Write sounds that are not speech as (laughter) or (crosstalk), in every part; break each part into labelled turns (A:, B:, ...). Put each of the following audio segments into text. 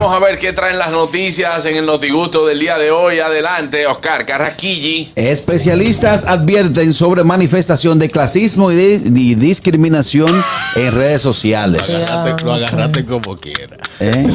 A: Vamos a ver qué traen las noticias en el Notigusto del día de hoy. Adelante, Oscar Carrasquilli.
B: Especialistas advierten sobre manifestación de clasismo y, dis- y discriminación en redes sociales.
C: Agarraste- lo agarraste como quiera.
B: ¿Eh?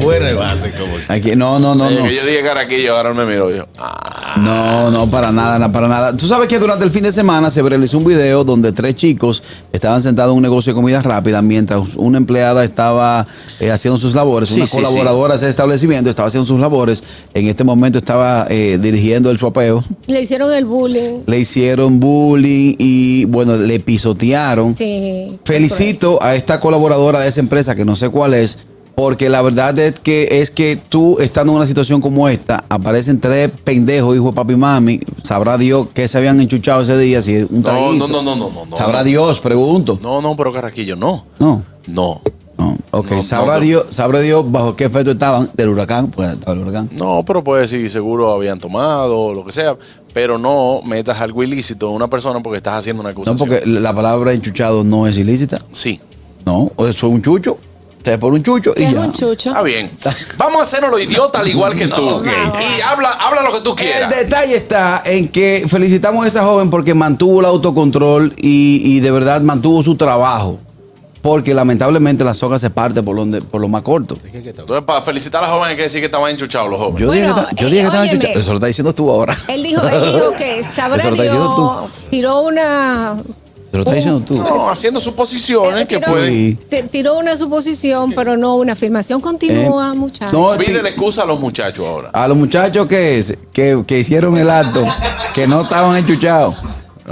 C: Fuera de base como quiera.
B: Aquí- no, no, no,
A: Oye,
B: no.
A: que yo dije Carrasquillo, ahora me miro yo. Ah,
B: No, no, para nada, na- para nada. Tú sabes que durante el fin de semana se realizó un video donde tres chicos estaban sentados en un negocio de comida rápida mientras una empleada estaba eh, haciendo sus labores, una
A: sí,
B: colaboradora de ese establecimiento estaba haciendo sus labores. En este momento estaba eh, dirigiendo el suapeo.
D: Le hicieron el bullying.
B: Le hicieron bullying y, bueno, le pisotearon.
D: Sí.
B: Felicito a esta colaboradora de esa empresa que no sé cuál es, porque la verdad es que es que tú estando en una situación como esta, aparecen tres pendejos, hijo de papi y mami, sabrá Dios qué se habían enchuchado ese día, si un
A: No,
B: traguito.
A: no, no, no, no, no, no.
B: Sabrá Dios, pregunto.
A: No, no, pero Carrasquillo, no.
B: No.
A: No.
B: No, ok,
A: No,
B: sabrá
A: no, no.
B: Dios, sabrá Dios bajo qué efecto estaban del huracán, pues estaba el huracán.
A: No, pero pues sí, seguro habían tomado o lo que sea. Pero no metas algo ilícito a una persona porque estás haciendo una
B: No,
A: acusación.
B: porque la palabra enchuchado no es ilícita.
A: Sí.
B: No, eso es un chucho. Te por un chucho y
D: ¿Qué es
B: ya.
D: un chucho?
A: Está bien. Vamos a hacernos los idiotas al igual que tú. Y habla, habla lo que tú
B: El
A: quieras.
B: detalle está en que felicitamos a esa joven porque mantuvo el autocontrol y, y de verdad mantuvo su trabajo. Porque lamentablemente la soga se parte por, donde, por lo más corto.
A: Entonces, para felicitar a los jóvenes hay que decir que estaban enchuchados los jóvenes.
B: Yo dije
D: Bueno,
B: que, esta- yo
D: eh,
B: dije que estaban
D: óyeme.
B: chucha- Eso lo estás diciendo tú ahora. Eso
D: Él dijo, él dijo que sabrá
B: Eso lo estás diciendo
D: Dios tiró una
B: lo estás diciendo tú.
A: No, haciendo suposiciones
D: eh,
A: que
D: tiró-
A: pueden.
B: Sí.
D: te- tiró una suposición, pero no una afirmación continua, muchachos.
B: no,
A: Pide
B: ti-
A: la excusa a los muchachos ahora.
B: a los muchachos que, es- que, que hicieron el acto, que no estaban enchuchados,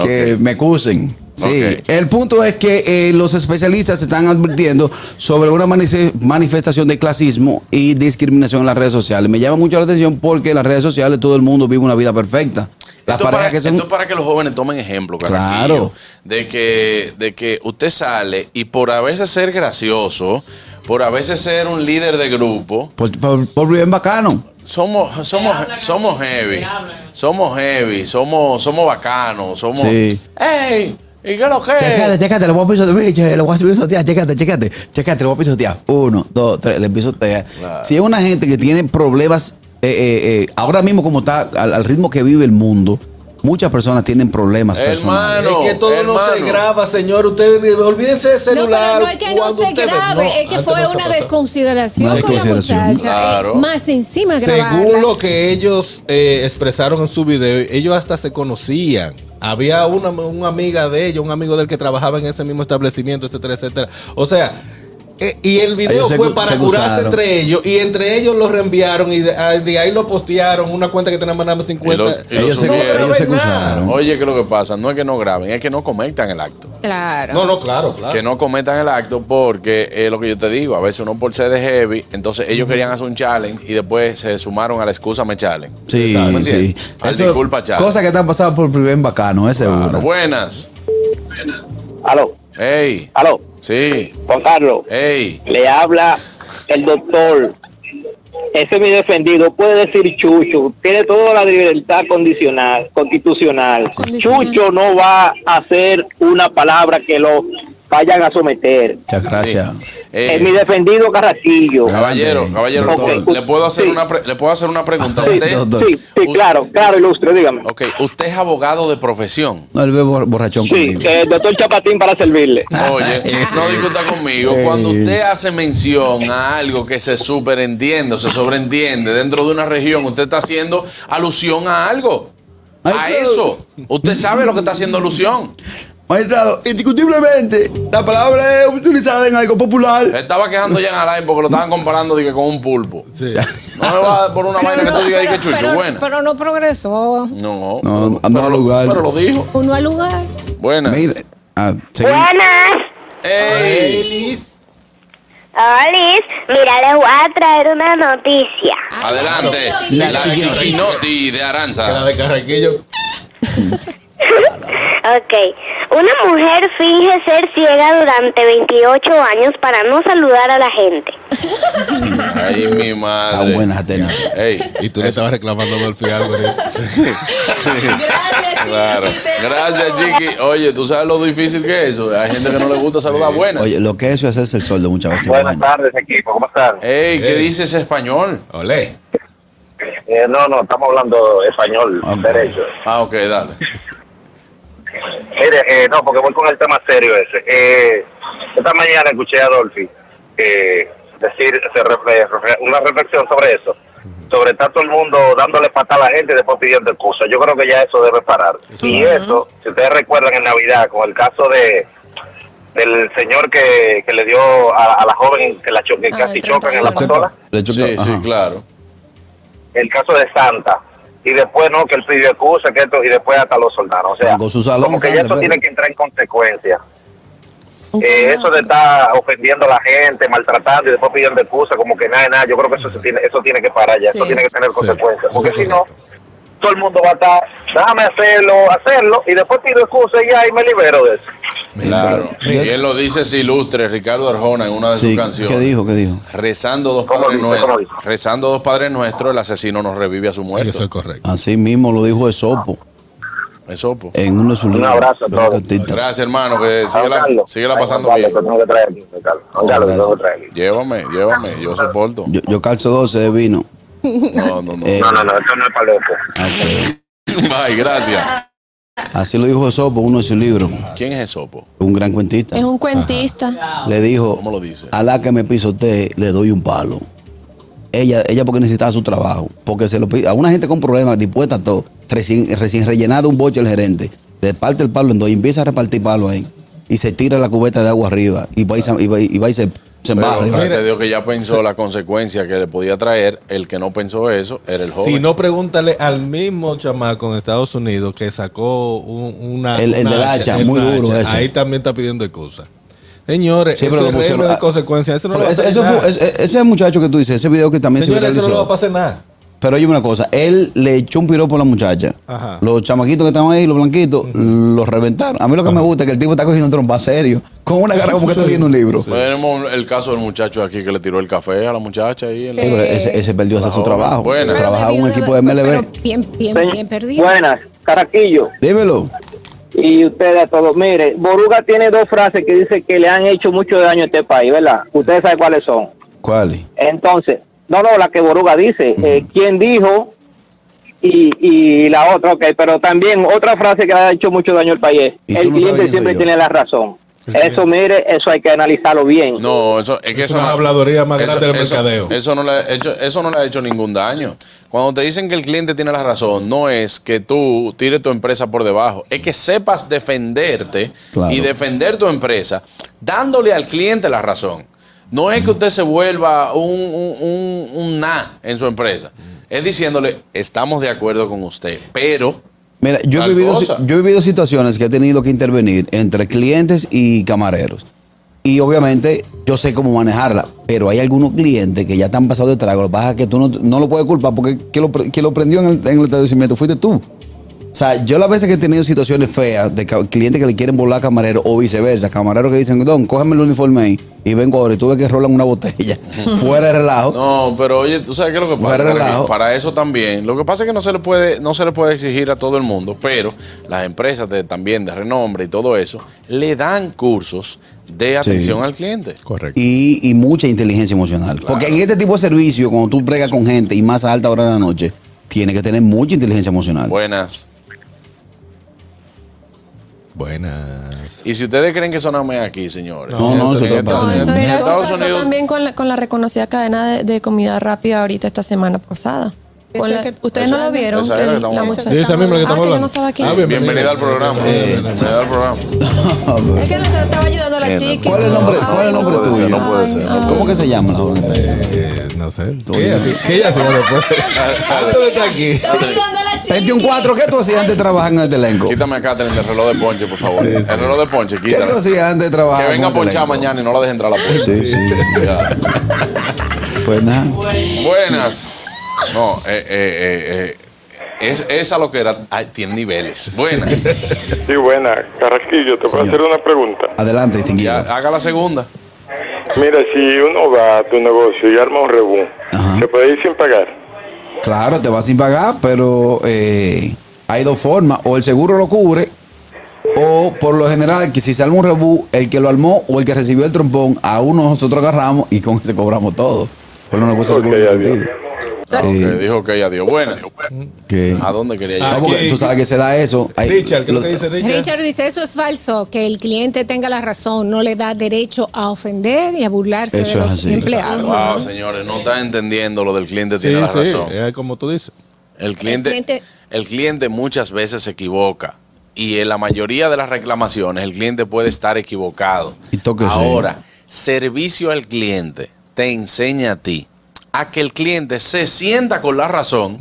B: que
A: Ok.
B: me excusen. Sí.
A: Ok.
B: El punto es que eh, los especialistas están advirtiendo sobre una manice- manifestación de clasismo y discriminación en las redes sociales. Me llama mucho la atención porque en las redes sociales todo el mundo vive una vida perfecta. Las
A: esto, es
B: parejas
A: para,
B: que son...
A: esto es para que los jóvenes tomen ejemplo, Carraquillo,
B: Claro.
A: De que, de que usted sale y por a veces ser gracioso, por a veces ser un líder de grupo,
B: Por, pues, por- por bien bacano.
A: somos, somos, somos heavy. Somos heavy, somos, somos bacanos, somos.
B: Sí.
A: ¡Ey! ¿Y qué lo que?
B: Chécate, chécate, lo voy a pisotear, lo voy a pisotear, chécate, chécate, chécate, lo voy a pisotear. Uno, dos, tres, le pisotea.
A: Claro.
B: Si es una gente que tiene problemas, eh, eh, eh, ahora mismo como está, al, al ritmo que vive el mundo, muchas personas tienen problemas personales.
A: Hermano.
E: es que todo no se
A: hermano.
E: graba, señor. Usted eh, olvídense de
D: No, pero
E: celular.
D: no es que no
E: cuando
D: se
E: usted ve-
D: grabe,
E: no,
D: es que
E: antes
D: fue
E: no se
D: una
E: pasaba.
D: desconsideración
B: Una
D: con la
B: desconsideración,
D: muchacha.
A: claro.
D: eh, más encima
E: Según
D: grabarla.
E: lo que ellos eh, expresaron en su video, ellos hasta se conocían. Había una, una amiga de ellos, un amigo del que trabajaba en ese mismo establecimiento, etcétera, etcétera. O sea, eh, y el video
B: Ellos se
E: fue
B: gu-
E: para
B: se
E: curarse
B: gusaron.
E: entre ellos y entre ellos lo reenviaron y de, ah, de ahí lo postearon, una cuenta que tenemos nada más 50.
A: Y los- y
B: Ellos,
A: No
B: se,
A: se
B: ellos
E: grabe
B: se
E: nada.
B: cruzaron.
A: Oye, ¿qué es lo que pasa? No es que no graben, es que no comentan el acto.
D: Claro.
E: No, no, claro,
B: Ah.
E: claro.
A: que no cometan el acto porque es lo que yo te digo, a veces uno por ser de heavy, entonces ellos querían hacer un challenge y después se sumaron a la excusa me challenge.
B: Sí,
A: ¿Sabes? ¿Me
B: sí.
A: entiendes? Al
B: Eso-
A: disculpa challenge.
B: Cosas que están pasando por bien bacano, ese es
A: Claro.
B: una.
A: Buenas.
F: Aló,
A: Ey.
F: aló,
A: Sí.
F: Juan Carlos,
A: Ey.
F: le habla el doctor. Ese es mi defendido, puede decir Chucho, tiene toda la libertad condicional, constitucional.
D: Condicional.
F: Chucho no va a hacer una palabra que lo vayan a someter.
B: Muchas gracias.
A: Sí.
F: Es mi
A: Ey.
F: defendido Carraquillo.
A: Caballero, caballero,
F: Doctor.
A: le puedo hacer
F: Sí.
A: una pre- le puedo hacer una pregunta.
F: Sí,
A: Usted,
B: doctor.
F: sí, sí,
A: Us-
F: claro, claro, ilustre, dígame.
A: ok, usted es abogado de profesión.
B: No, él ve bor- borrachón
F: Sí,
B: conmigo.
F: eh, doctor Chapatín para servirle.
B: (laughs)
A: Oye,
B: Eh,
A: no discuta conmigo. Cuando
B: Ey.
A: usted hace mención a algo que se superentiende o se sobreentiende dentro de una región, usted está haciendo alusión a algo.
B: Ay,
A: A
B: pero-
A: eso. Usted sabe lo que está haciendo alusión.
B: Magistrado, indiscutiblemente, la palabra es utilizada en algo popular.
A: Estaba quejando ya en Alain porque lo estaban comparando dije, con un pulpo.
E: Sí.
A: No me va a dar por una vaina
D: Pero
A: que tú
D: no,
A: digas que
D: pero-
A: chucho.
D: pero-
A: Buena.
D: pero no progresó.
A: No,
B: No,
A: pero-
B: a no
A: pero-
B: lugar.
A: Pero lo dijo.
D: Uno al lugar.
A: Buenas.
B: Mira, ah, sí.
G: Buenas,
A: Ey,
G: Alice. Oh, Mira, les voy a traer una noticia.
A: adelante.
B: La
A: La
D: (laughs)
B: chiquinota.
A: chiquinoti de Aranza.
E: Que la de Carraquillo.
G: Ok. Una mujer finge ser ciega durante 28 años para no saludar a la gente.
A: Ay, mi madre.
B: Está buena esa técnica.
A: Ey,
C: Y tú le estabas reclamando al final,
H: Gracias, Chiqui.
A: Ah, claro.
H: te
A: Gracias,
H: amo.
A: Chiqui. Oye, tú sabes lo difícil que es eso. Hay gente que no le gusta saludar buenas.
B: Oye, lo que eso es hacerse el soldo muchas veces.
F: Buenas
B: bueno.
F: tardes, equipo. ¿Cómo están?
A: Ey, ¿qué
C: Ey.
A: dices español?
C: Olé.
F: Eh, no, no, estamos hablando español,
B: Ok.
F: derecho.
A: Ah, ok, dale.
F: Mire, eh, no, porque voy con el tema serio ese. Eh, esta mañana escuché a Dolphy eh, decir se re- eh, re- una reflexión sobre eso, sobre estar todo el mundo dándole patada a la gente y después pidiendo excusas. Yo creo que ya eso debe parar. Y eso, si ustedes recuerdan en Navidad, con el caso de del señor que, que le dio a, a la joven que, la cho- que
H: Ah,
F: casi
H: el
F: chocan en la
B: Le
F: pasola,
B: choca- le
A: Sí,
B: choca-
A: sí,
B: ajá.
A: claro.
F: el caso de Santa. Y después, no, que él pidió excusa, que esto, y después hasta lo soldados. O sea,
B: Con su salón, pues.
F: como que ya
B: Santa,
F: eso tiene
B: espérate.
F: que entrar en consecuencia. Eh, eso de estar ofendiendo a la gente, maltratando y después pidiendo excusa, como que nada, nada, yo creo que eso se tiene, eso tiene que parar ya,
H: Sí.
F: eso tiene que tener
E: Sí,
F: consecuencias, porque
E: eso
F: si
E: es
F: no, todo el mundo va a estar, déjame hacerlo, hacerlo, y después pido excusa y ya, y me libero de eso.
A: Claro. Y
B: Yo-
A: él lo dice ese ilustre, Ricardo Arjona, en una de
B: Sí,
A: sus
B: ¿Qué
A: canciones.
B: dijo? ¿Qué dijo?
A: Rezando dos
F: ¿Cómo
A: padres
F: dice? ¿Cómo
A: nuestros.
F: dijo?
A: Rezando dos padres nuestros, el asesino nos revive a su muerte.
C: Eso es correcto.
B: Así mismo lo dijo Esopo
A: Eso, po.
B: en uno de sus
F: Un
B: libros.
F: abrazo a
B: Yo creo que
F: todos.
B: artista.
A: Gracias, hermano, que sigue la,
F: Carlos,
A: síguela
F: ay,
A: pasando
F: Juan
A: bien.
F: Carlos, que tengo que traer aquí, Juan Carlos. Juan Carlos, que tengo que traer aquí.
A: Llévame, llévame, yo soporto.
B: (laughs) Yo, yo calzo 12 de vino.
A: No, no, no.
B: Eh,
F: No, no, no, esto no es para loco.
B: Ok.
A: Ay, gracias.
B: Así lo dijo Esopo en uno de sus libros.
A: ¿Quién es Esopo?
B: Un gran cuentista.
D: Es un cuentista.
B: Le dijo,
A: ¿Cómo lo dice?
B: a la que me pisote le doy un palo. Ella, ella porque necesitaba su trabajo, porque se lo pide a una gente con problemas, dispuesta a todo, recién, recién rellenado un boche el gerente, le parte el palo en dos y empieza a repartir palo ahí. Y se tira la cubeta de agua arriba y va y se, y va y- y va y se,
A: Pero
B: se embarra.
A: gracias a Dios que ya pensó la consecuencia que le podía traer. El que no pensó eso era el joven.
E: Si no, pregúntale al mismo chamaco en Estados Unidos que sacó un- una.
B: El- el
E: una
B: del hacha, muy
E: una
B: duro ese.
E: Ahí también está pidiendo excusas. Señores,
B: Sí, pero
E: eso
B: lo
E: es
B: pusieron-
E: régimen de
B: ah,
E: consecuencia. Eso no lo va a
B: Pero
E: hacer
B: ese- eso
E: nada.
B: fue- ese- ese muchacho que tú dices, ese video que también
E: Señores,
B: se
E: eso no lo va a
B: viralizó.
E: pasar nada.
B: pero oye una cosa, él le echó un piropo a la muchacha.
E: Ajá.
B: Los chamaquitos que estaban ahí, los blanquitos, los reventaron. A mí lo que me gusta es que el tipo está cogiendo trompa serio, con una cara como que está leyendo un libro.
A: Tenemos el caso del muchacho aquí que le tiró el café a la muchacha ahí. en la-
B: Sí, pero ese, ese perdió hacer su
A: Ahora,
B: trabajo.
A: buena.
D: Pero
B: Trabajaba en
D: debió
B: un
D: de
B: equipo de
D: haber- pero
B: MLB.
D: Bien, bien, bien perdido.
F: Buenas, Caraquillo.
B: Dímelo.
F: Y ustedes a todos, mire, Boruga tiene dos frases que dice que le han hecho mucho daño a este país, ¿verdad? Ustedes saben cuáles son.
B: ¿Cuál?
F: Entonces, no, no, la que Boruga dice, eh, ¿quién dijo? Y, y la otra, ok, pero también otra frase que le ha hecho mucho daño al país,
B: Y
F: es,
B: tú
F: el
B: no sabes quién
F: cliente
B: soy
F: siempre
B: yo".
F: tiene la razón. Eso, mire, eso hay que analizarlo bien.
A: No, eso es que
E: Es
A: eso
E: una
A: no-
E: habladuría más grande del mercadeo.
A: Eso no, le ha hecho, eso no le ha hecho ningún daño. Cuando te dicen que el cliente tiene la razón, no es que tú tires tu empresa por debajo, es que sepas defenderte
B: Claro.
A: y defender tu empresa dándole al cliente la razón. No es que usted se vuelva un, un, un- un na en su empresa. Es diciéndole, estamos de acuerdo con usted, pero
B: Mira, yo he,
A: Tal
B: vivido,
A: cosa.
B: yo he vivido situaciones que he tenido que intervenir entre clientes y camareros. Y obviamente yo sé cómo manejarla, pero hay algunos clientes que ya te han pasado de trago. Lo que pasa es que tú no, no lo puedes culpar porque que lo, pre- que lo prendió en el, en el establecimiento fuiste tú. O sea, yo las veces que he tenido situaciones feas de ca- clientes que le quieren volar a camarero o viceversa, camareros que dicen, don, cógeme el uniforme ahí y vengo ahora y tuve que rolan una botella (laughs) fuera de relajo.
A: No, pero oye, tú sabes qué es lo que
B: Fuera
A: pasa.
B: de
A: Para,
B: relajo.
A: para eso también. Lo que pasa es que no se le puede, no se le puede exigir a todo el mundo, pero las empresas de- también de renombre y todo eso le dan cursos de atención al cliente.
C: Correcto.
B: y, y mucha inteligencia emocional. Porque en este tipo de servicio, cuando tú bregas con gente y más a alta hora de la noche, tiene que tener mucha inteligencia emocional.
A: Buenas.
C: Buenas.
A: Y si ustedes creen que soname aquí, señores.
B: No, no,
A: en
B: eso está
A: Estados-
D: No,
B: padre.
D: eso
A: en
D: era lo que
A: Estados
D: pasó
A: Unidos.
D: también con la, con la reconocida cadena de, de comida rápida ahorita esta semana pasada. Con
H: Esa
D: la-
H: Pues que-
D: ustedes
H: esa-
D: no lo vieron.
A: esa era la que estamos
D: la
A: hablando.
D: muchacha-
E: Sí, esa misma que
D: ah,
E: estamos
D: que yo no
E: hablando.
D: estaba aquí.
E: Ah, bien.
A: Bienvenida al programa.
B: Eh, Ah,
A: Bienvenida al
B: (laughs)
A: programa.
D: Es que le estaba ayudando a la
A: Eh, no,
D: chica.
B: ¿Cuál es el nombre- cuál es el nombre
A: puede ser,
B: tuyo?
A: no puede ser. no puede
B: ¿Cómo que se llama la joven?
C: Eh, no sé.
B: ¿Qué?
C: ¿Qué ya se me
A: (laughs)
C: fue?
H: Esto está aquí. Estaba ayudando a la chica.
B: 21 4, ¿qué tú hacías antes de trabajar en el elenco? ¿Qué
A: Quítame a Catherine del reloj de ponche, por favor. El reloj de ponche, quítame.
B: tú hacías antes de trabajar?
A: Que venga a
B: con el
A: ponchar
B: elenco?
A: mañana y no la deje entrar a la ponche.
B: Ah, Sí, sí.
A: Ya.
B: Pues nada.
A: Buenas. No, eh, eh, eh, eh, es esa lo que era. Ay, tiene niveles. Buenas.
I: Sí, buena. Carraquillo, te voy a
B: Señor.
I: hacer una pregunta.
B: Adelante, distinguido.
A: Ya, haga la segunda.
I: Mira, si uno va a tu negocio y arma un rebú,
B: Ajá.
I: se puede ir sin pagar.
B: Claro, te vas sin pagar, pero eh, hay dos formas. O el seguro lo cubre, o por lo general, que si se arma un rebú, el que lo armó o el que recibió el trompón, a uno nosotros agarramos y con ese cobramos todo. Pero no negocios seguro tiene sentido. Sí,
A: Ok, dijo que ella dio buenas.
B: Eh,
E: Mm.
B: que-
A: ¿A dónde quería
B: No,
A: llegar?
B: porque tú sabes que se da eso. Hay-
E: Ah, Richard, ¿qué es lo que
B: lo-
E: dice Richard?
H: Richard dice, eso es falso, que el cliente tenga la razón, no le da derecho a ofender y a burlarse
B: Eso
H: de
B: es
H: los
B: así.
H: empleados.
A: Wow, señores, no están entendiendo lo del cliente,
E: Sí,
A: tiene la
E: sí,
A: razón.
E: es como tú dices.
A: El cliente, el
H: El
A: cliente,
H: cliente-
A: muchas veces se equivoca y en la mayoría de las reclamaciones el cliente puede estar equivocado.
B: Y toque, sí.
A: Ahora, servicio al cliente te enseña a ti a que el cliente se sienta con la razón,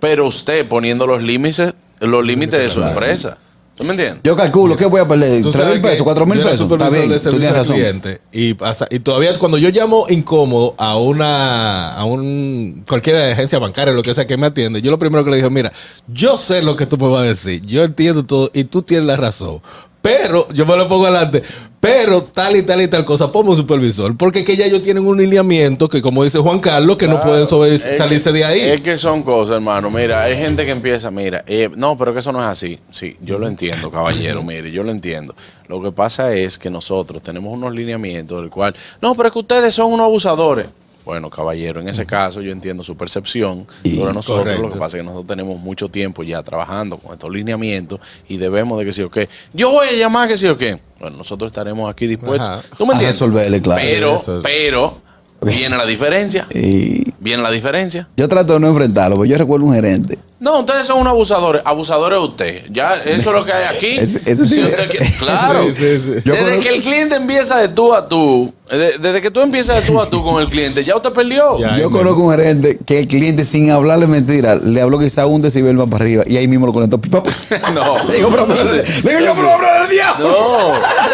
A: pero usted poniendo los límites, los límites de su empresa. ¿Tú me entiendes?
B: Yo calculo que voy a perder
E: Tú
B: tres
E: sabes
B: mil
E: que
B: pesos, cuatro mil
E: yo era
B: pesos. Está
E: supervisor
B: bien,
E: de
B: tú tienes
E: servicio al
B: razón.
E: cliente y, pasa- y todavía cuando yo llamo incómodo a una a un cualquier agencia bancaria, lo que sea que me atiende, yo lo primero que le digo, mira, yo sé lo que tú me vas a decir, yo entiendo todo y tú tienes la razón. Pero, yo me lo pongo adelante, pero tal y tal y tal cosa, pongo un supervisor, porque es que ya ellos tienen un lineamiento que, como dice Juan Carlos, que no pueden sobre-
A: Es que-
E: salirse de ahí.
A: Es que son cosas, hermano. Mira, hay gente que empieza, mira, eh, no, pero que eso no es así. Sí, yo lo
E: (laughs)
A: entiendo, caballero, mire, yo lo entiendo. Lo que pasa es que nosotros tenemos unos lineamientos del cual, no, pero es que ustedes son unos abusadores. Bueno, caballero, en ese caso yo entiendo su percepción. Sobre nosotros, lo que
E: Mm. correcto.
A: pasa es que nosotros tenemos mucho tiempo ya trabajando con estos lineamientos y debemos de que sí o qué. Yo voy a llamar que sí o qué. Bueno, nosotros estaremos aquí dispuestos.
E: Ajá.
A: ¿Tú me
B: A
A: entiendes?
B: resolverle, claro.
A: Pero,
E: Eso es.
A: pero, viene
E: (laughs)
A: la diferencia.
B: Y
A: ¿Viene la diferencia?
B: yo trato de no enfrentarlo, porque yo recuerdo un gerente.
A: No, ustedes son unos abusadores. Abusadores usted. Ya, eso es lo que hay aquí.
B: (laughs) Eso- (laughs) eso sí.
A: Si usted quiere- claro.
E: Sí, sí, sí.
B: Yo
A: Desde
B: conozco-
A: que el cliente empieza de tú a tú, de- desde que tú empiezas de tú a tú con el cliente, ya usted perdió.
E: Ya. Ay,
B: Yo
E: man.
B: conozco un gerente que el cliente sin hablarle mentira le habló quizá un decibel más para arriba y ahí mismo lo conectó. Pipa, pa.
A: (laughs) No.
B: Le (laughs) digo, pero, pero, le digo yo, pero, pero, del diablo.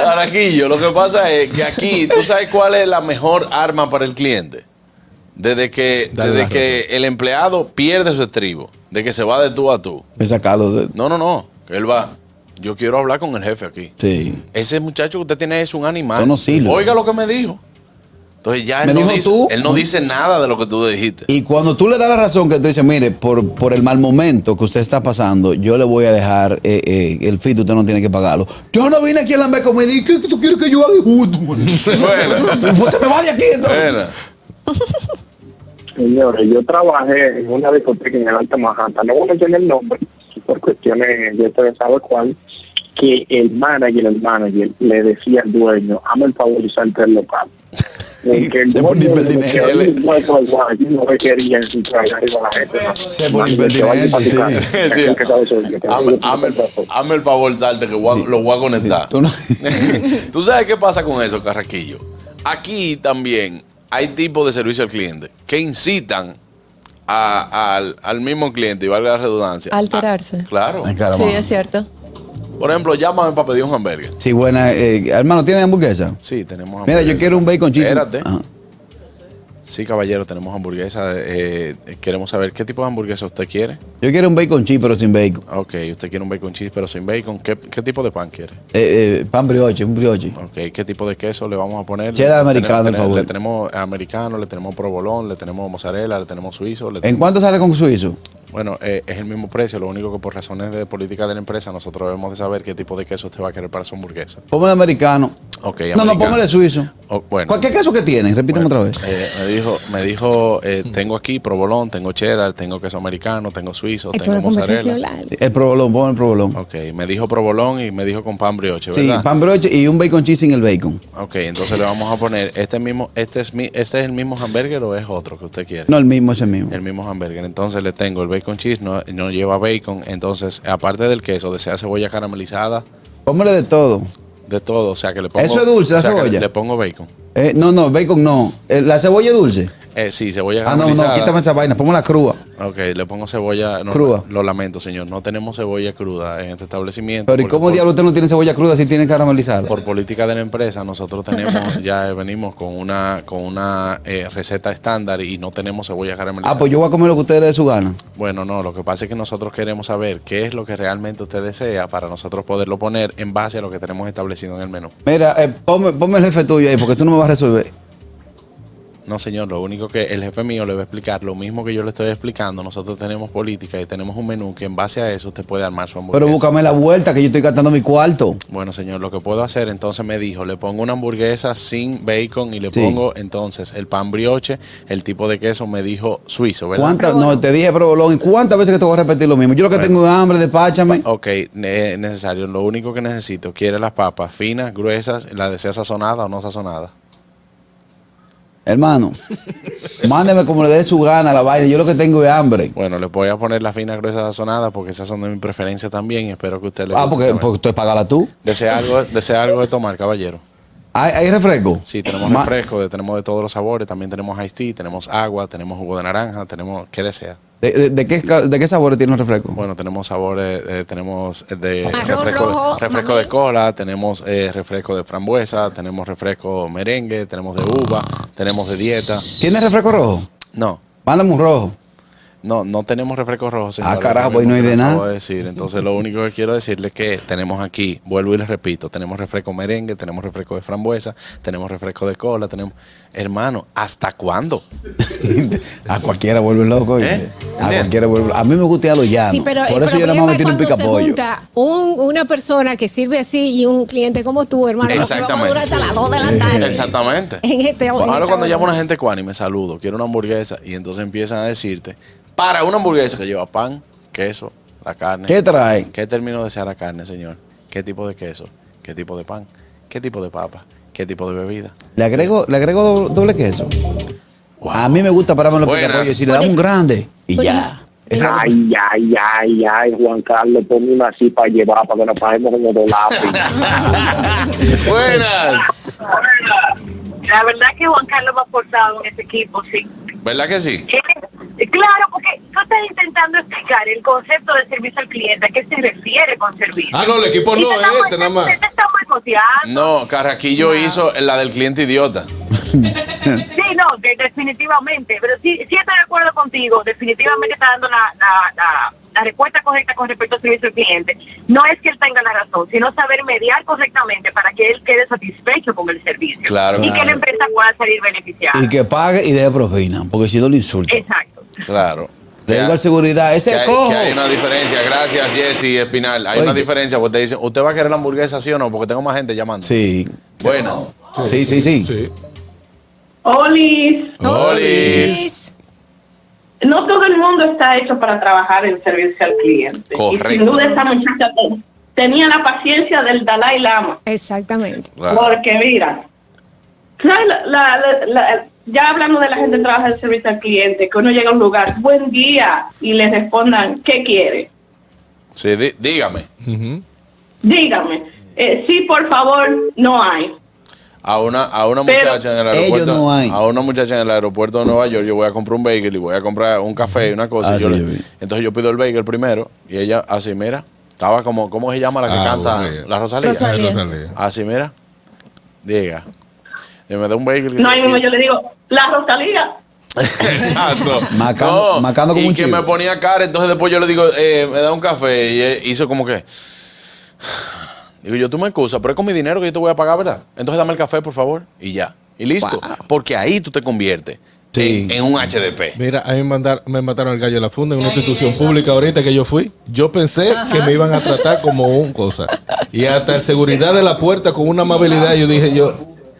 A: No, Araquillo, lo que pasa es que aquí, ¿tú sabes cuál es la mejor arma para el cliente? Desde que,
E: Dale
A: desde
E: la
A: que el empleado pierde su estribo, de que se va de tú a tú.
B: Me sacarlo de-
A: No, no, no. Él va. Yo quiero hablar con el jefe aquí.
B: Sí.
A: Ese muchacho que usted tiene es un animal.
B: Esto no sirve.
A: Oiga lo que me dijo. Entonces ya él,
B: Me
A: no
B: dijo
A: dice,
B: tú.
A: él no dice nada de lo que tú dijiste.
B: Y cuando tú le das la razón que tú dices, mire, por, por el mal momento que usted está pasando, yo le voy a dejar eh, eh, el fit, usted no tiene que pagarlo. Yo no vine aquí a la conmigo y ¿qué tú quieres que yo haga? Uh, tú- (laughs) Usted me va de aquí entonces.
A: Era.
I: Señores, yo trabajé en una discoteca en el Alta Manhattan, no voy a mencionar el nombre, por cuestiones, ya ustedes saben cuál, que el manager, el manager, le decía al dueño, hazme el favor de usar
A: (laughs)
I: el local. El que el
B: Se ponía
I: dueño le
B: impertinente.
I: decía, "Ay, guay, guay, guay", yo no me quería ensuciar arriba la gente. ¿no?
B: Se ponía
I: Manager, que vaya pa' tu
B: impertinente,
I: casa.
A: sí. Sí.
I: El que sabe soy yo, que sabe
A: Hazme
I: yo,
A: hazme el,
I: que sabe yo.
A: hazme el favor, salte, que voy a- lo voy a conectar.
B: Tú no-
A: (laughs) ¿Tú sabes qué pasa con eso, Carraquillo? Aquí también hay tipos de servicio al cliente que incitan a- al, al mismo cliente, y valga la redundancia.
D: A alterarse.
A: Ah, claro.
B: Ay, caramba.
D: Sí, es cierto.
A: Por ejemplo, llámame para pedir un hamburger.
B: Sí, buena. eh, hermano, ¿tiene hamburguesa?
A: Sí, tenemos
B: Mira, yo
A: hamburguesa.
B: quiero un bacon cheese.
A: Espérate.
B: Ajá.
A: Sí, caballero, tenemos hamburguesa. eh, eh, queremos saber qué tipo de hamburguesa usted quiere.
B: Yo quiero un bacon cheese, pero sin bacon.
A: Ok, usted quiere un bacon cheese, pero sin bacon. ¿Qué, qué tipo de pan quiere?
B: Eh, eh, pan brioche, un brioche.
A: Ok, ¿qué tipo de queso le vamos a poner?
B: Cheddar
A: Le
B: americano,
A: tenemos-
B: por favor.
A: Le tenemos americano, le tenemos provolón, le tenemos mozzarella, le tenemos suizo. le
B: ¿En
A: tenemos-
B: cuánto sale con suizo?
A: bueno, eh, es el mismo precio, lo único que por razones de política de la empresa nosotros debemos de saber qué tipo de queso usted va a querer para su hamburguesa.
B: Póngale americano.
A: Ok,
B: No,
A: americano.
B: no, póngale suizo.
A: O- bueno.
B: Cualquier caso que tienen, repíteme
A: Bueno,
B: otra vez.
A: eh, me dijo, me dijo eh, tengo aquí provolón, tengo cheddar, tengo queso americano, tengo suizo,
H: Esto es
A: tengo
H: una conversación
A: mozzarella.
H: larga.
B: El provolón, ponme el provolón.
A: Ok, me dijo provolón y me dijo con pan brioche,
B: Sí,
A: ¿verdad?
B: pan broche y un bacon cheese sin el bacon.
A: Ok, entonces le vamos a poner este mismo, este es mi, este es el mismo hamburger o es otro que usted quiere.
B: No, el mismo, ese mismo.
A: El mismo hamburger. Entonces le tengo el bacon cheese, no, no lleva bacon. Entonces, aparte del queso, desea cebolla caramelizada,
B: Póngale de todo.
A: de todo. O sea que le pongo.
B: Eso es dulce, la
A: o sea, que
B: cebolla.
A: Le, le pongo bacon.
B: Eh, no, no, bacon no. Eh, la cebolla es dulce.
A: Eh, sí, cebolla
B: Ah, no,
A: caramelizada.
B: no, quítame esa vaina, ponme la crúa.
A: Ok, le pongo cebolla no,
B: Cruda.
A: Lo lamento, señor. No tenemos cebolla cruda en este establecimiento.
B: Pero ¿y
A: porque
B: cómo
A: por-
B: diablo usted no tiene cebolla cruda si tiene caramelizada?
A: Por política de la empresa, nosotros
B: (laughs)
A: tenemos, ya venimos con una, con una eh, receta estándar y no tenemos cebolla caramelizada.
B: Ah, pues yo voy a comer lo que ustedes le dé su gana.
A: Bueno, no, lo que pasa es que nosotros queremos saber qué es lo que realmente usted desea para nosotros poderlo poner en base a lo que tenemos establecido en el menú.
B: Mira, eh, ponme, ponme el jefe tuyo ahí porque tú no me vas a resolver.
A: No, señor, lo único que el jefe mío le va a explicar, lo mismo que yo le estoy explicando, nosotros tenemos política y tenemos un menú que en base a eso Pues usted puede armar su hamburguesa.
B: Pero búscame la vuelta que yo estoy gastando mi cuarto.
A: Bueno, señor, lo que puedo hacer entonces me dijo, le pongo una hamburguesa sin bacon y le
B: Sí.
A: pongo entonces el pan brioche, el tipo de queso me dijo suizo, ¿verdad?
B: ¿Cuántas? No, te dije provolón. ¿Y cuántas veces que te voy a repetir lo mismo? Yo lo que
A: Bueno.
B: tengo es hambre, despáchame.
A: Ok, ne- necesario. Lo único que necesito, quiere las papas finas, gruesas, las desea sazonada o no sazonada.
B: Hermano, mándeme como le dé su gana la vaina. Yo lo que tengo es hambre.
A: Bueno, le voy a poner las finas, gruesas, sazonadas porque esas son de mi preferencia también y espero que usted le
B: Ah,
A: guste
B: porque,
A: también.
B: porque tú pagala tú.
A: Desea algo, desea algo de tomar, caballero.
B: ¿Hay, hay refresco?
A: Sí, tenemos
B: Ma-
A: refresco, de- tenemos de todos los sabores, también tenemos iced tea, tenemos agua, tenemos jugo de naranja, tenemos, ¿qué desea?
B: ¿De, de- de qué, ca- de qué sabores tiene el refresco?
A: Bueno, tenemos sabores, eh, tenemos eh, de
H: Marrón,
A: refresco,
H: rojo,
A: refresco de cola, tenemos eh, refresco de frambuesa, tenemos refresco merengue, tenemos de uva, tenemos de dieta.
B: ¿Tiene refresco rojo?
A: No,
B: Mándame un rojo.
A: no, no tenemos refresco rojo, señora,
B: Ah, carajo,
A: lo
B: pues,
A: mismo
B: no hay
A: que le
B: de nada.
A: acabo decir. Entonces, lo único que quiero decirle es que tenemos aquí, vuelvo y les repito, tenemos refresco merengue, tenemos refresco de frambuesa, tenemos refresco de cola, tenemos... Hermano, ¿hasta cuándo?
B: A cualquiera vuelve loco. ¿oíste?
A: ¿Eh?
B: A
A: Bien.
B: cualquiera vuelve A mí me gusta ir a los llanos.
H: Sí, pero
B: Por
H: el
B: eso yo nada
H: problema
B: más me
H: es
B: tiro un
H: cuando se
B: picapollo.
H: junta un- una persona que sirve así y un cliente como tú, hermano, porque vamos a durar hasta las 2 de la tarde.
A: Eh, Exactamente.
H: En este- en
A: Ahora
H: esta
A: cuando
H: hora.
A: llama una gente cuani, me saludo, quiero una hamburguesa y entonces empiezan a decirte, para una hamburguesa que lleva pan, queso, la carne.
B: ¿Qué trae?
A: ¿Qué término desea la carne, señor? ¿Qué tipo de queso? ¿Qué tipo de pan? ¿Qué tipo de papa? ¿Qué tipo de
H: (laughs)
A: bebida?
B: Le agrego, le agrego doble, doble queso. A mí me gusta pararme los
A: Buenas.
B: picapollos y si le damos un grande y ya. Esa-
I: Ay, ay, ay, ay, Juan Carlos, ponme una así para llevar, para que nos paguemos como dos
A: (laughs)
I: lápices.
A: Buenas.
J: La verdad que Juan Carlos va forzado en este equipo, sí.
A: ¿Verdad que sí?
J: Eh, Claro, porque tú estás intentando explicar el concepto de servicio al cliente, a qué se refiere con servicio.
E: Ah, no, el equipo
J: Y
E: no
J: te
E: es
J: estamos-
E: este, nada más.
J: te- te estamos boicoteando.
A: No, Carraquillo hizo la del cliente idiota.
J: Sí, no, de- definitivamente. Pero sí, sí estoy de acuerdo contigo. Definitivamente está dando la, la, la, la respuesta correcta con respecto al servicio al cliente. No es que él tenga la razón, sino saber mediar correctamente para que él quede satisfecho con el servicio.
A: Claro,
J: y que
A: claro.
J: la empresa pueda salir beneficiada.
B: Y que pague y deje propina, porque si no lo insulto.
J: Exacto.
A: Claro.
B: Le digo al seguridad, ese
A: Que hay,
B: cojo.
A: que hay una diferencia. Gracias, Jesse Espinal. Hay
B: Oye.
A: una diferencia porque te dicen, ¿usted va a querer la hamburguesa sí o no? Porque tengo más gente llamando.
B: Sí.
A: Buenas.
B: Sí, sí, sí.
K: Olis,
A: Olis.
K: no todo el mundo está hecho para trabajar en servicio al cliente. Y sin
A: Correcto.
K: duda esa muchacha te- tenía la paciencia del Dalai Lama.
H: Exactamente.
A: Claro.
K: Porque mira, ¿sabes la- la- la- la- ya hablando de la gente que trabaja en servicio al cliente, que uno llega a un lugar, buen día, y le respondan, ¿qué quiere?
A: Sí, di- dígame.
K: Dígame, eh, sí, por favor, no hay.
A: A una, a una
K: Pero-
A: muchacha en el
B: Ellos
A: aeropuerto.
B: no hay.
A: A una muchacha en el aeropuerto de Nueva York, yo voy a comprar un bagel y voy a comprar un café y una cosa.
B: Ah,
A: y yo
B: sí,
A: le-
B: yo vi.
A: entonces yo pido el bagel primero y ella así, mira, estaba como, ¿cómo se llama la que
E: Ah,
A: canta?
E: Rosalía.
A: La Rosalía.
H: Rosalía.
E: Rosalía.
A: Así, mira. Diga. Y me da un bagel.
K: No hay mismo, yo le digo, la Rosalía.
A: (laughs) Exacto.
B: Macando- macando como
A: y
B: un
A: que
B: chivo.
A: me ponía cara, entonces después yo le digo, eh, me da un café y eh, hizo como que... Digo, yo tú me excusas, pero es con mi dinero que yo te voy a pagar, ¿verdad? Entonces dame el café, por favor, y ya. Y listo. Porque ahí tú te conviertes en, en un HDP.
E: Mira, a mí me, mandar- me mataron el gallo de la funda en una institución pública ahorita que yo fui. Yo pensé que me iban a tratar como un cosa. Y hasta el seguridad de la puerta con una amabilidad, yo dije yo,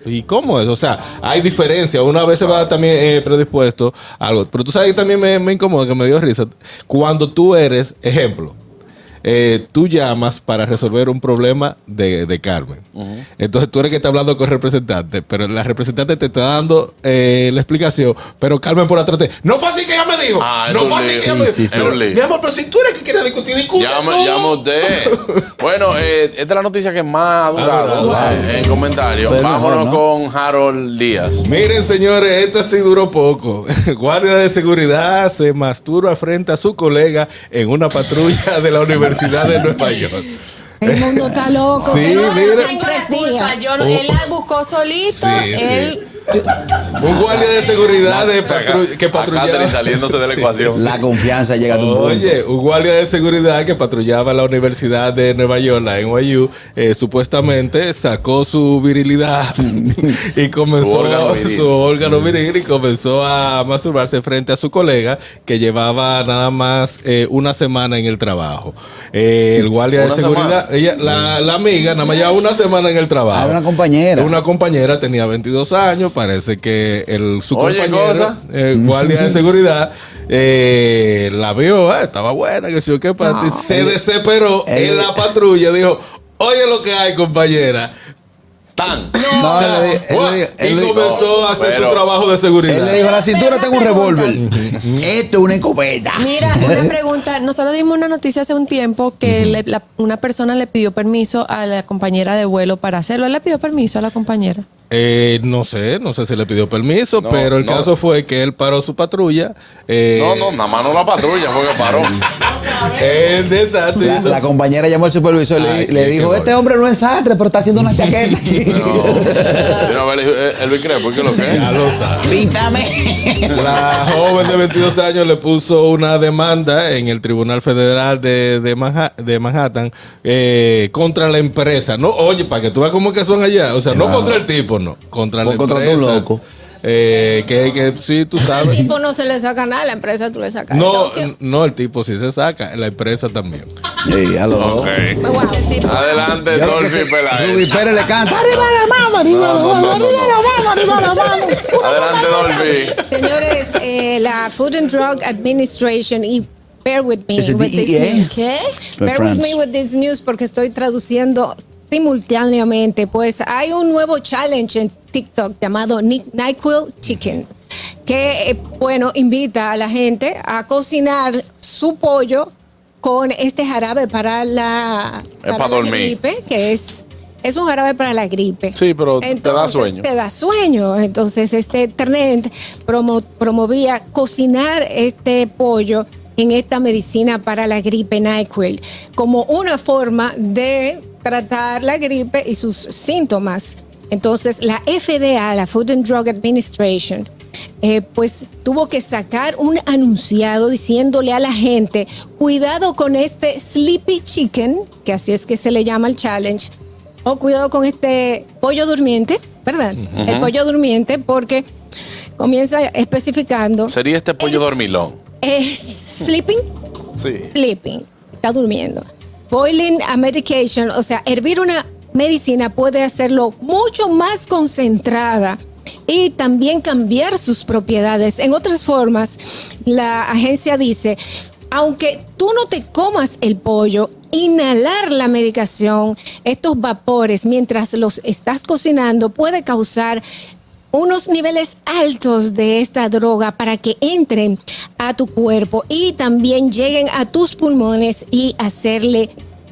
E: ¿y cómo es? O sea, hay diferencia. Uno a veces va también eh, predispuesto a algo. Pero tú sabes que también me, me incomoda, que me dio risa. Cuando tú eres, ejemplo, eh, tú llamas para resolver un problema de, de Carmen. Entonces tú eres que está hablando con el representante, pero la representante te está dando eh, la explicación, pero Carmen por atrás te... No fue así que ella me dijo.
A: Ah, es
E: no
A: un
E: fue así
A: lío.
E: que ella me
A: Sí,
E: dijo.
A: sí, sí.
E: Pero,
A: Es un lío.
E: Mi amor, pero si tú eres que quieres discutir, discute.
A: Llama,
E: tú.
A: llama usted. Bueno, eh, esta es la noticia que más ha durado
E: durado,
A: eh,
E: Ah, sí.
A: en comentarios.
E: Soy el mejor,
A: Vámonos
E: ¿no?
A: con Harold Díaz.
E: Miren, señores, esta sí duró poco. (laughs) Guardia de seguridad se masturba frente a su colega en una patrulla de la Universidad de Nueva York.
H: El mundo está loco.
E: Sí,
H: señores,
E: mira.
H: en tres días.
L: Yo no- él la buscó solito.
E: Sí,
L: él,
E: Un guardia de seguridad de patru- que patrullaba.
A: Catherine saliéndose de
E: (laughs)
A: la
E: Sí.
A: ecuación.
B: La confianza llega a tu
E: Oye, un guardia de seguridad que patrullaba la Universidad de Nueva York, la NYU, eh, supuestamente sacó su virilidad y comenzó
A: Su órgano viril.
E: su órgano viril y comenzó a masturbarse frente a su colega que llevaba nada más eh, una semana en el trabajo. Eh, el guardia de
B: ¿Una
E: seguridad, ella, la, la amiga, nada más llevaba una semana en el trabajo.
B: Era una compañera.
E: Una compañera tenía 22 años, parece que el, su
A: Oye,
E: compañero,
A: cosa.
E: eh, guardia
B: (laughs)
E: de seguridad, eh, la vio, ah, estaba buena, que si yo qué, para ti. se desesperó
B: Él-
E: en la patrulla, dijo, oye lo que hay, compañera. Tan.
B: No,
E: tan,
B: él le di- él
E: guau",
B: le di- él
E: y
B: le di-
E: comenzó a hacer
A: Pero-
E: su trabajo de seguridad.
B: Él le dijo, a la cintura tengo un revólver. Esto es una escopeta.
D: Mira,
M: (laughs)
D: una pregunta. Nosotros dimos una noticia hace un tiempo que le- la- una persona le pidió permiso a la compañera de vuelo para hacerlo. Él le pidió permiso a la compañera.
E: Eh, no sé, no sé si le pidió permiso,
A: No,
E: pero el
A: no.
E: caso fue que él paró su patrulla. eh,
A: No, no, nada más no la patrulla fue que
B: (laughs)
A: paró.
E: el desastre
B: La,
E: hizo-
B: la compañera llamó al supervisor y le-
E: Ay,
B: le,
E: qué
B: dijo,
E: bueno.
B: este hombre no es sastre, pero está
E: (laughs)
B: haciendo una chaqueta.
A: Mira, a ver, eh, Elvis Crespo, ¿qué es lo que es?
E: Ya lo sabe.
B: (laughs) Píntame.
E: La joven de 22 años le puso una demanda en el Tribunal Federal de, de Manha- de Manhattan eh, contra la empresa. No, oye, para que tú veas cómo es que son allá. O sea, no
B: Claro.
E: contra el tipo, no. Contra la
B: O contra
E: empresa.
B: tú, loco.
E: Eh, que, que sí, tú
H: Al
E: sabes.
H: tipo no se le saca nada, a la empresa tú le sacas.
E: No,
H: Entonces,
E: no, el tipo sí se saca, la empresa también.
B: Sí, a los dos.
H: wow.
A: Adelante,
B: Ya lo que
A: Dolphy
B: se- Luis
A: Peláez.
B: Pérez le canta, arriba la mano, arriba la
A: No, no,
B: mano,
A: no, no,
B: arriba
A: no.
B: la mano, arriba la mano.
A: Adelante, Dolphy.
H: Señores, eh, la Food and Drug Administration y bear with me
B: Is it E
H: with this
B: DEA?
H: news.
B: ¿Qué? My
H: Bear
B: friends.
H: with me with this news porque estoy traduciendo simultáneamente. Pues hay un nuevo challenge en TikTok llamado Ni- NyQuil Chicken que eh, bueno invita a la gente a cocinar su pollo con este jarabe para la, para
A: para
H: la
A: dormir.
H: gripe que es es un jarabe para la gripe.
A: Sí, pero te da
H: Entonces,
A: sueño.
H: Te da sueño. Entonces, este trend promo- promovía cocinar este pollo en esta medicina para la gripe NyQuil como una forma de tratar la gripe y sus síntomas. Entonces, la FDA, la Food and Drug Administration, eh, pues tuvo que sacar un anunciado diciéndole a la gente, cuidado con este Sleepy Chicken, que así es que se le llama el challenge, o Oh, cuidado con este pollo durmiente, ¿verdad? El pollo durmiente, porque comienza especificando,
A: Sería este pollo dormilón. (laughs)
H: es sleeping,
A: Sí.
H: sleeping, está durmiendo. Boiling a medication, o sea, hervir una medicina puede hacerlo mucho más concentrada y también cambiar sus propiedades. En otras formas, la agencia dice, aunque tú no te comas el pollo, inhalar la medicación, estos vapores mientras los estás cocinando puede causar unos niveles altos de esta droga para que entren a tu cuerpo y también lleguen a tus pulmones y hacerle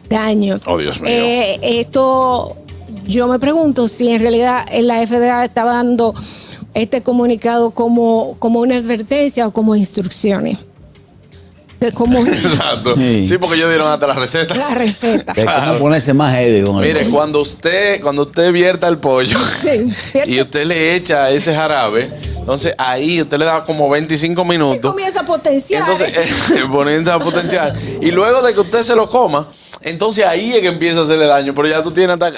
H: daño.
A: Oh, Dios mío.
H: Eh, esto, yo me pregunto si en realidad eh, la FDA estaba dando este comunicado como, como una advertencia o como instrucciones
A: (laughs)
H: de cómo
A: Exacto.
B: Sí.
A: Sí, porque ellos dieron hasta la receta.
H: la receta.
B: Que cómo ponerse más heavy con el
A: Mire,
B: pollo.
A: cuando usted, cuando usted vierta el pollo
H: Sí, ¿cierto?
A: y usted le echa ese jarabe, entonces ahí usted le da como 25 minutos.
H: comienza a potenciar.
A: Entonces, (laughs) eh, poniendo a potenciar. Y luego de que usted se lo coma, entonces ahí es que empieza a hacerle daño. Pero ya tú tienes hasta,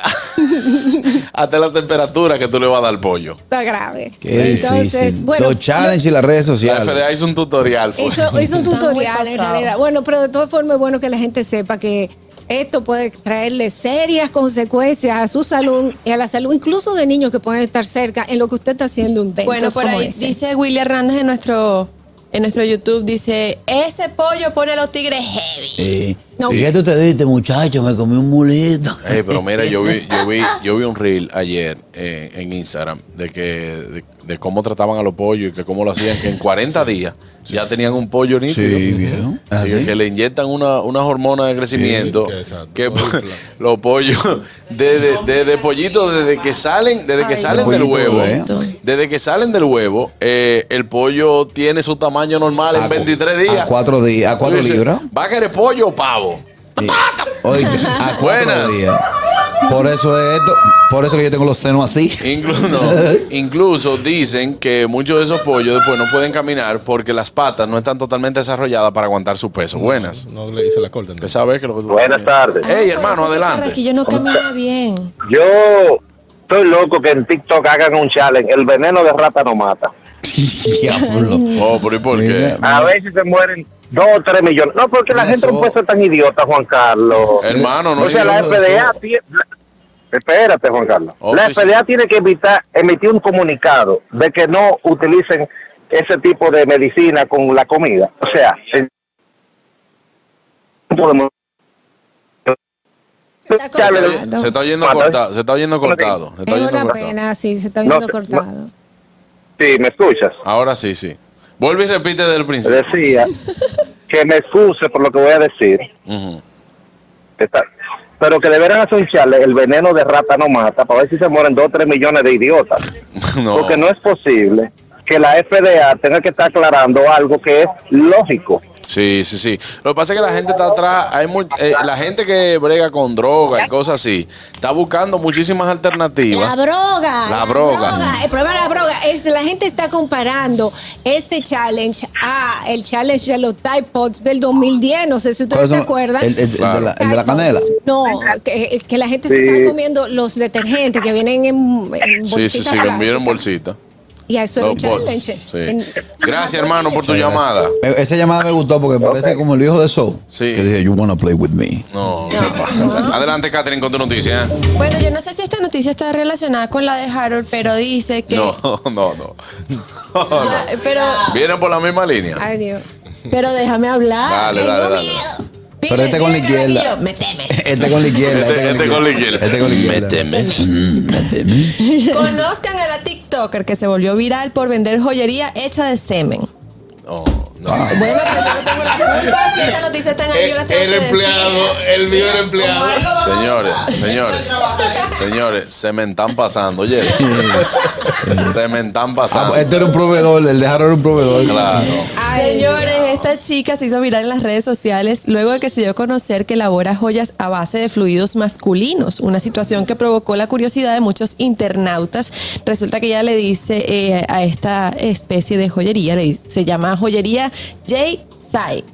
A: (laughs) hasta la temperatura que tú le vas a dar al pollo.
H: está grave.
B: Qué
H: Entonces,
B: difícil.
H: bueno,
B: los challenges y las redes
A: La
B: sociales.
A: FDA hizo un tutorial. fue.
H: Hizo, hizo un
L: Está muy
H: tutorial en
L: pasado.
H: realidad. Bueno, pero de todas formas es bueno que la gente sepa que esto puede traerle serias consecuencias a su salud y a la salud incluso de niños que pueden estar cerca en lo que usted está haciendo un
L: bueno, por ahí dice Willy Hernández en nuestro
D: en nuestro YouTube dice, ese pollo pone a los tigres heavy.
N: Sí.
D: No.
N: ¿Y qué tú te diste, muchacho? Me comí un mulito.
A: Ey, pero mira, yo vi, yo vi, yo vi un reel ayer eh, en Instagram de que de, de cómo trataban a los pollos y que cómo lo hacían, que en 40 días ya tenían un pollo nítido.
N: Sí, viejo.
B: Ah,
A: Y que- que le inyectan una, una hormona de crecimiento. que (laughs) los pollos, desde de, de pollitos, desde que salen, desde que salen del
B: pollito,
A: huevo,
B: ¿eh?
A: desde que salen del huevo, eh, el pollo tiene su tamaño normal en 23 días.
B: A Ah, cuatro días, a cuatro
A: Tú dices,
B: libras.
A: ¿Va a querer pollo o pavo?
B: Oye, a cuatro
A: Buenas.
B: días. Por eso es esto, por eso que yo tengo los senos así. (laughs)
A: (laughs) Incluso, incluso dicen que muchos de esos pollos después no pueden caminar porque las patas no están totalmente desarrolladas para aguantar su peso. Buenas.
E: No le hice la corta.
A: Que sabes que lo que tú-
F: Buenas tardes.
A: Ey, hermano, adelante.
D: Para Ah, que yo no camina bien.
F: Yo estoy loco que en TikTok hagan un challenge. El veneno de rata no mata.
A: Oh, pero ¿y por qué?
F: A veces se mueren dos o tres millones. No, porque la gente no puede ser tan idiota, Juan Carlos.
A: Hermano, no
F: O sea, la
A: digamos eso.
F: FDA tiene... Espérate, Juan Carlos.
A: Oh,
F: la
A: sí, sí.
F: FDA tiene que evitar, emitir un comunicado de que no utilicen ese tipo de medicina con la comida. O sea, el- podemos-
A: Se, se está oyendo cortado, se está oyendo cortado. Se está
H: Es
A: oyendo
H: una
A: cortado.
H: pena, sí, se está
A: No,
H: viendo
A: te-
H: cortado.
F: Sí, me escuchas.
A: Ahora sí, sí. Vuelve y repite del principio.
F: Decía que me excuse por lo que voy a decir.
A: Ujú. (laughs)
F: Está- pero que deberán asociarle el veneno de rata no mata para ver si se mueren 2 o 3 millones de idiotas.
A: No.
F: Porque no es posible que la FDA tenga que estar aclarando algo que es lógico.
A: Sí, sí, sí. Lo que pasa es que la gente está atrás, hay mu- eh, la gente que brega con droga y cosas así, está buscando muchísimas
H: La
A: alternativas.
H: broga.
A: La broga.
H: El problema de la broga es que la gente está comparando este challenge a el challenge de los Tide Pods del 2010. No sé si ustedes
B: ¿Cuáles
H: se
B: son?
H: acuerdan.
B: El, el- el de la, el de la canela.
H: No, que, que la gente se
B: Sí.
H: está comiendo los detergentes que vienen en, en
A: Sí, sí,
H: bolsitas
A: sí, que
H: plásticas.
A: envíen en bolsita.
H: Y eso era
A: Los
H: un
A: bots,
H: challenge.
A: sí.
H: En-
A: Gracias, hermano, por tu llamada.
B: Eh, Esa llamada me gustó porque parece como el viejo de Soul.
A: Sí.
B: Que dice, you wanna play with me. (laughs)
A: No, ¿qué pasa? Adelante, Catherine, con tu noticia. ¿eh?
D: Bueno, yo no sé si esta noticia está relacionada con la de Harold, pero dice que...
A: No, (laughs) no, no.
D: Ah, Pero,
A: Vienen por la misma línea.
D: ay Dios. Pero déjame hablar.
A: Dale,
D: Tengo
A: dale, dale.
B: Pero este con la izquierda.
D: Me
B: Este con la izquierda.
A: Este, este con la izquierda. Mm, Este con la izquierda.
D: (laughs) Conozcan a la TikToker que se volvió viral por vender joyería hecha de semen. Bueno, pero yo no tengo la culpa. Si esa noticia está en ahí, yo la
A: Eh,
D: tengo
E: El
D: que
E: empleado, el mío era empleado.
A: Señores, señores, señores, se me están pasando, oye. Se me están
B: Ah,
A: pasando.
B: pues este era un proveedor, el de Harold era un proveedor.
A: Claro.
D: Señores, esta chica se hizo viral en las redes sociales luego de que se dio a conocer que elabora joyas a base de fluidos masculinos, una situación que provocó la curiosidad de muchos internautas. Resulta que ella le dice eh, a esta especie de joyería, le dice- se llama joyería J. Sai.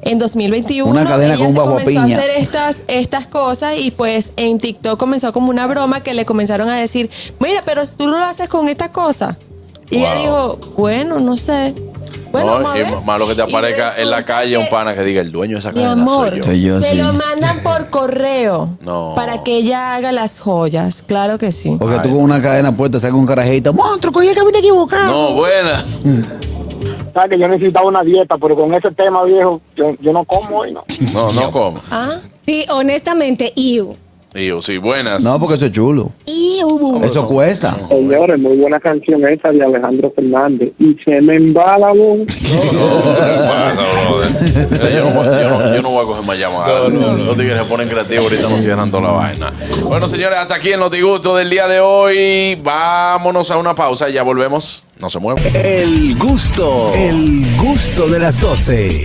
D: En 2021
B: Una cadena
D: ella
B: con un
D: se
B: bajo a
D: comenzó a
B: piña.
D: hacer estas, estas cosas y pues en TikTok comenzó como una broma que le comenzaron a decir, mira, pero tú lo haces con esta cosa. Y ella
A: Wow.
D: dijo, bueno, no sé. Bueno,
A: No,
D: vamos a
A: y
D: ver.
A: malo que te aparezca en la calle un pana que diga el dueño de esa
D: Mi
A: cadena
D: amor,
A: soy yo.
D: se lo mandan por correo
A: No.
D: para que ella haga las joyas. Claro que sí.
B: Porque tú con una cadena puesta sacas un carajito. ¡Monstruo, cogí el camino equivocado!
A: No, (laughs) buenas.
O: ¿Sabes que yo necesitaba una dieta, pero con ese tema, viejo, yo, yo no como hoy, ¿no?
A: No, no como.
H: Sí, honestamente, iu.
A: Y yo, sí, buenas. (laughs)
B: No, porque eso es chulo.
H: Iu.
B: Eso cuesta.
O: Señores, muy buena canción esa de Alejandro Fernández. Y se me embala, bo.
A: Pasa, brother. Mira, ¿eh? Yo no, voy- yo no- yo no voy a coger más llamadas. Los tigres se ponen creativos, ahorita nos cierran toda la vaina. Bueno, señores, hasta aquí en los disgustos del día de hoy. Vámonos a una pausa y ya volvemos. No se muevan.
M: El gusto, el gusto de las 12.